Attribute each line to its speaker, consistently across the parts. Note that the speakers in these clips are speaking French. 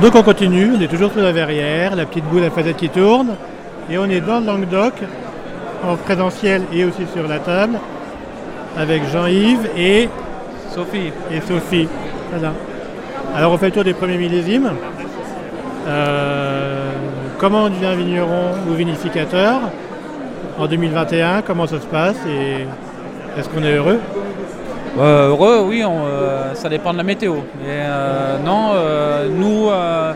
Speaker 1: Donc on continue, on est toujours sur la verrière, la petite boule à facettes qui tourne, et on est dans le Languedoc, en présentiel et aussi sur la table, avec Jean-Yves et,
Speaker 2: Sophie,
Speaker 1: et Sophie. Voilà. Alors on fait le tour des premiers millésimes. Euh, comment on devient vigneron ou vinificateur en 2021 Comment ça se passe et est-ce qu'on est heureux
Speaker 2: Euh, heureux, oui, on, euh, ça dépend de la météo. Et, euh, non, euh, nous, euh,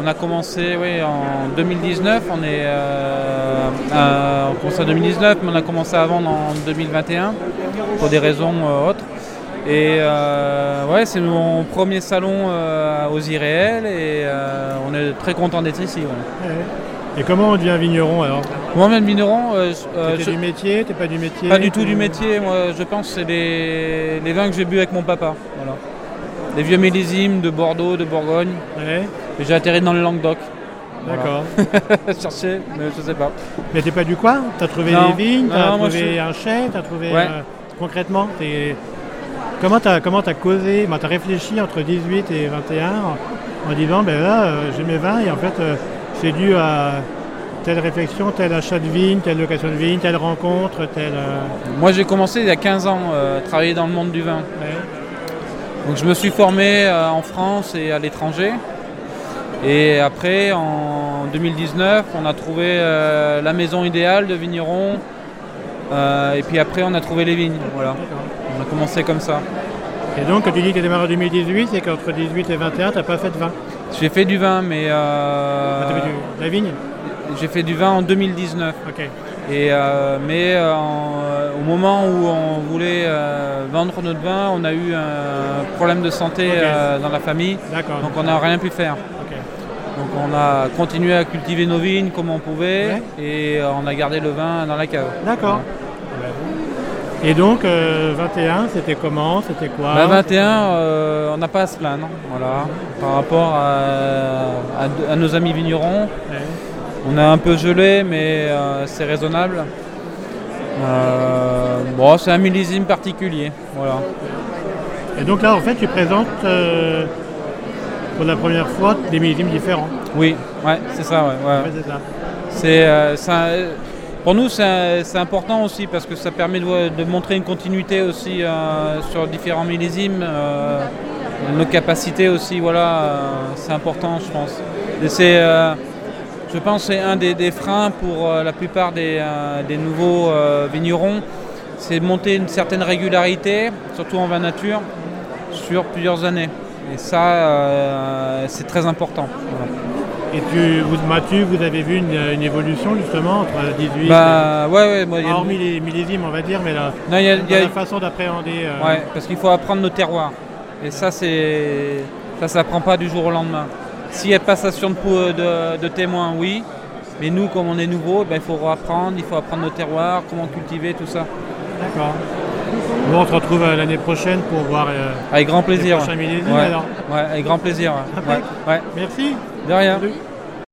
Speaker 2: on a commencé oui, en 2019, on est euh, à- on commence en 2019, mais on a commencé à vendre en 2021 pour des raisons euh, autres. Et euh, ouais, c'est mon premier salon euh, aux IRL et euh, on est très content d'être ici. ouais.
Speaker 1: Ouais. Et comment on devient vigneron alors
Speaker 2: Moi-même vigneron, euh, je- euh,
Speaker 1: T'es
Speaker 2: je-
Speaker 1: du métier, t'es pas du métier
Speaker 2: Pas du tout
Speaker 1: t'es-
Speaker 2: du métier, moi je pense que c'est les, les vins que j'ai bu avec mon papa. Voilà. Les vieux millésimes de Bordeaux, de Bourgogne.
Speaker 1: Ouais,
Speaker 2: Et j'ai atterri dans le Languedoc.
Speaker 1: d'accord.
Speaker 2: Chercher, mais je sais pas.
Speaker 1: Mais t'es pas du quoi T'as trouvé
Speaker 2: Non.
Speaker 1: des vignes,
Speaker 2: Non,
Speaker 1: t'as
Speaker 2: non, moi,
Speaker 1: trouvé
Speaker 2: je suis-
Speaker 1: un chai, t'as trouvé
Speaker 2: Ouais.
Speaker 1: euh, concrètement t'es- Comment t'as comment t'as causé bah, T'as réfléchi entre 18 et 21 en, en disant ben là euh, j'ai mes vins et en fait euh, c'est dû à telle réflexion, tel achat de vigne, telle location de vigne, telle rencontre, telle. euh,
Speaker 2: Moi j'ai commencé il y a 15 ans euh, à travailler dans le monde du vin.
Speaker 1: ouais.
Speaker 2: Donc je me suis formé euh, en France et à l'étranger. Et après, en 2019, on a trouvé euh, la maison idéale de vigneron. Euh, et puis après, on a trouvé les vignes. Voilà. On a commencé comme ça.
Speaker 1: Et donc quand tu dis que t'es démarré en 2018, c'est qu'entre 18 et 21 t'as pas fait de vin. Ah,
Speaker 2: J'ai fait du vin, mais euh,
Speaker 1: T'as fait du- de la vigne
Speaker 2: j'ai fait du vin en 2019.
Speaker 1: Ok.
Speaker 2: Et, euh, mais euh, en- au moment où on voulait euh, vendre notre vin, on a eu un problème de santé
Speaker 1: Ok.
Speaker 2: euh, dans la famille,
Speaker 1: D'accord.
Speaker 2: donc on n'a rien pu faire.
Speaker 1: ok.
Speaker 2: Donc on a continué à cultiver nos vignes comme on pouvait,
Speaker 1: Ouais.
Speaker 2: et euh, on a gardé le vin dans la cave.
Speaker 1: D'accord. Et donc, euh, 21, c'était comment C'était quoi
Speaker 2: Bah, 21, euh, on n'a pas à se plaindre, voilà, par rapport à- à- à nos amis vignerons.
Speaker 1: Ouais.
Speaker 2: On a un peu gelé, mais euh, c'est raisonnable. Euh, bon, c'est un millésime particulier. Voilà.
Speaker 1: Et donc là, en fait, tu présentes euh, pour la première fois des millésimes différents.
Speaker 2: Oui, ouais, c'est ça. ouais, ouais.
Speaker 1: Ouais, c'est ça.
Speaker 2: C'est, euh, c'est un- pour nous, c'est un- c'est important aussi parce que ça permet de, de montrer une continuité aussi euh, sur différents millésimes. euh, nos capacités aussi, voilà, euh, c'est important, je pense. Et c'est, euh, je pense, que c'est un des, des freins pour euh, la plupart des, euh, des nouveaux euh, vignerons, c'est de monter une certaine régularité, surtout en vin nature, sur plusieurs années. Et ça, euh, c'est très important. Voilà.
Speaker 1: Et tu, vous, Mathieu, vous avez vu une, une évolution justement entre 18
Speaker 2: Bah ouais, ouais, moi,
Speaker 1: et...
Speaker 2: il y a-
Speaker 1: Ah, Hormis les millésimes, on va dire, mais là,
Speaker 2: Non, il y a-
Speaker 1: dans
Speaker 2: il y a-
Speaker 1: la façon d'appréhender. euh,
Speaker 2: Ouais, parce qu'il faut apprendre nos terroirs. Et ça, c'est ça s'apprend pas du jour au lendemain. S'il y a passation de, pou- de, de témoins, oui. Mais nous, comme on est nouveau, ben, il faut apprendre, il faut apprendre nos terroirs, comment cultiver, tout ça.
Speaker 1: D'accord. Bon, on se retrouve euh, l'année prochaine pour voir. euh,
Speaker 2: Avec grand plaisir.
Speaker 1: prochains millésimes,
Speaker 2: ouais.
Speaker 1: alors
Speaker 2: Ouais, avec grand plaisir. ouais.
Speaker 1: Impec.
Speaker 2: Ouais.
Speaker 1: Merci.
Speaker 2: ouais. De rien.
Speaker 1: Salut.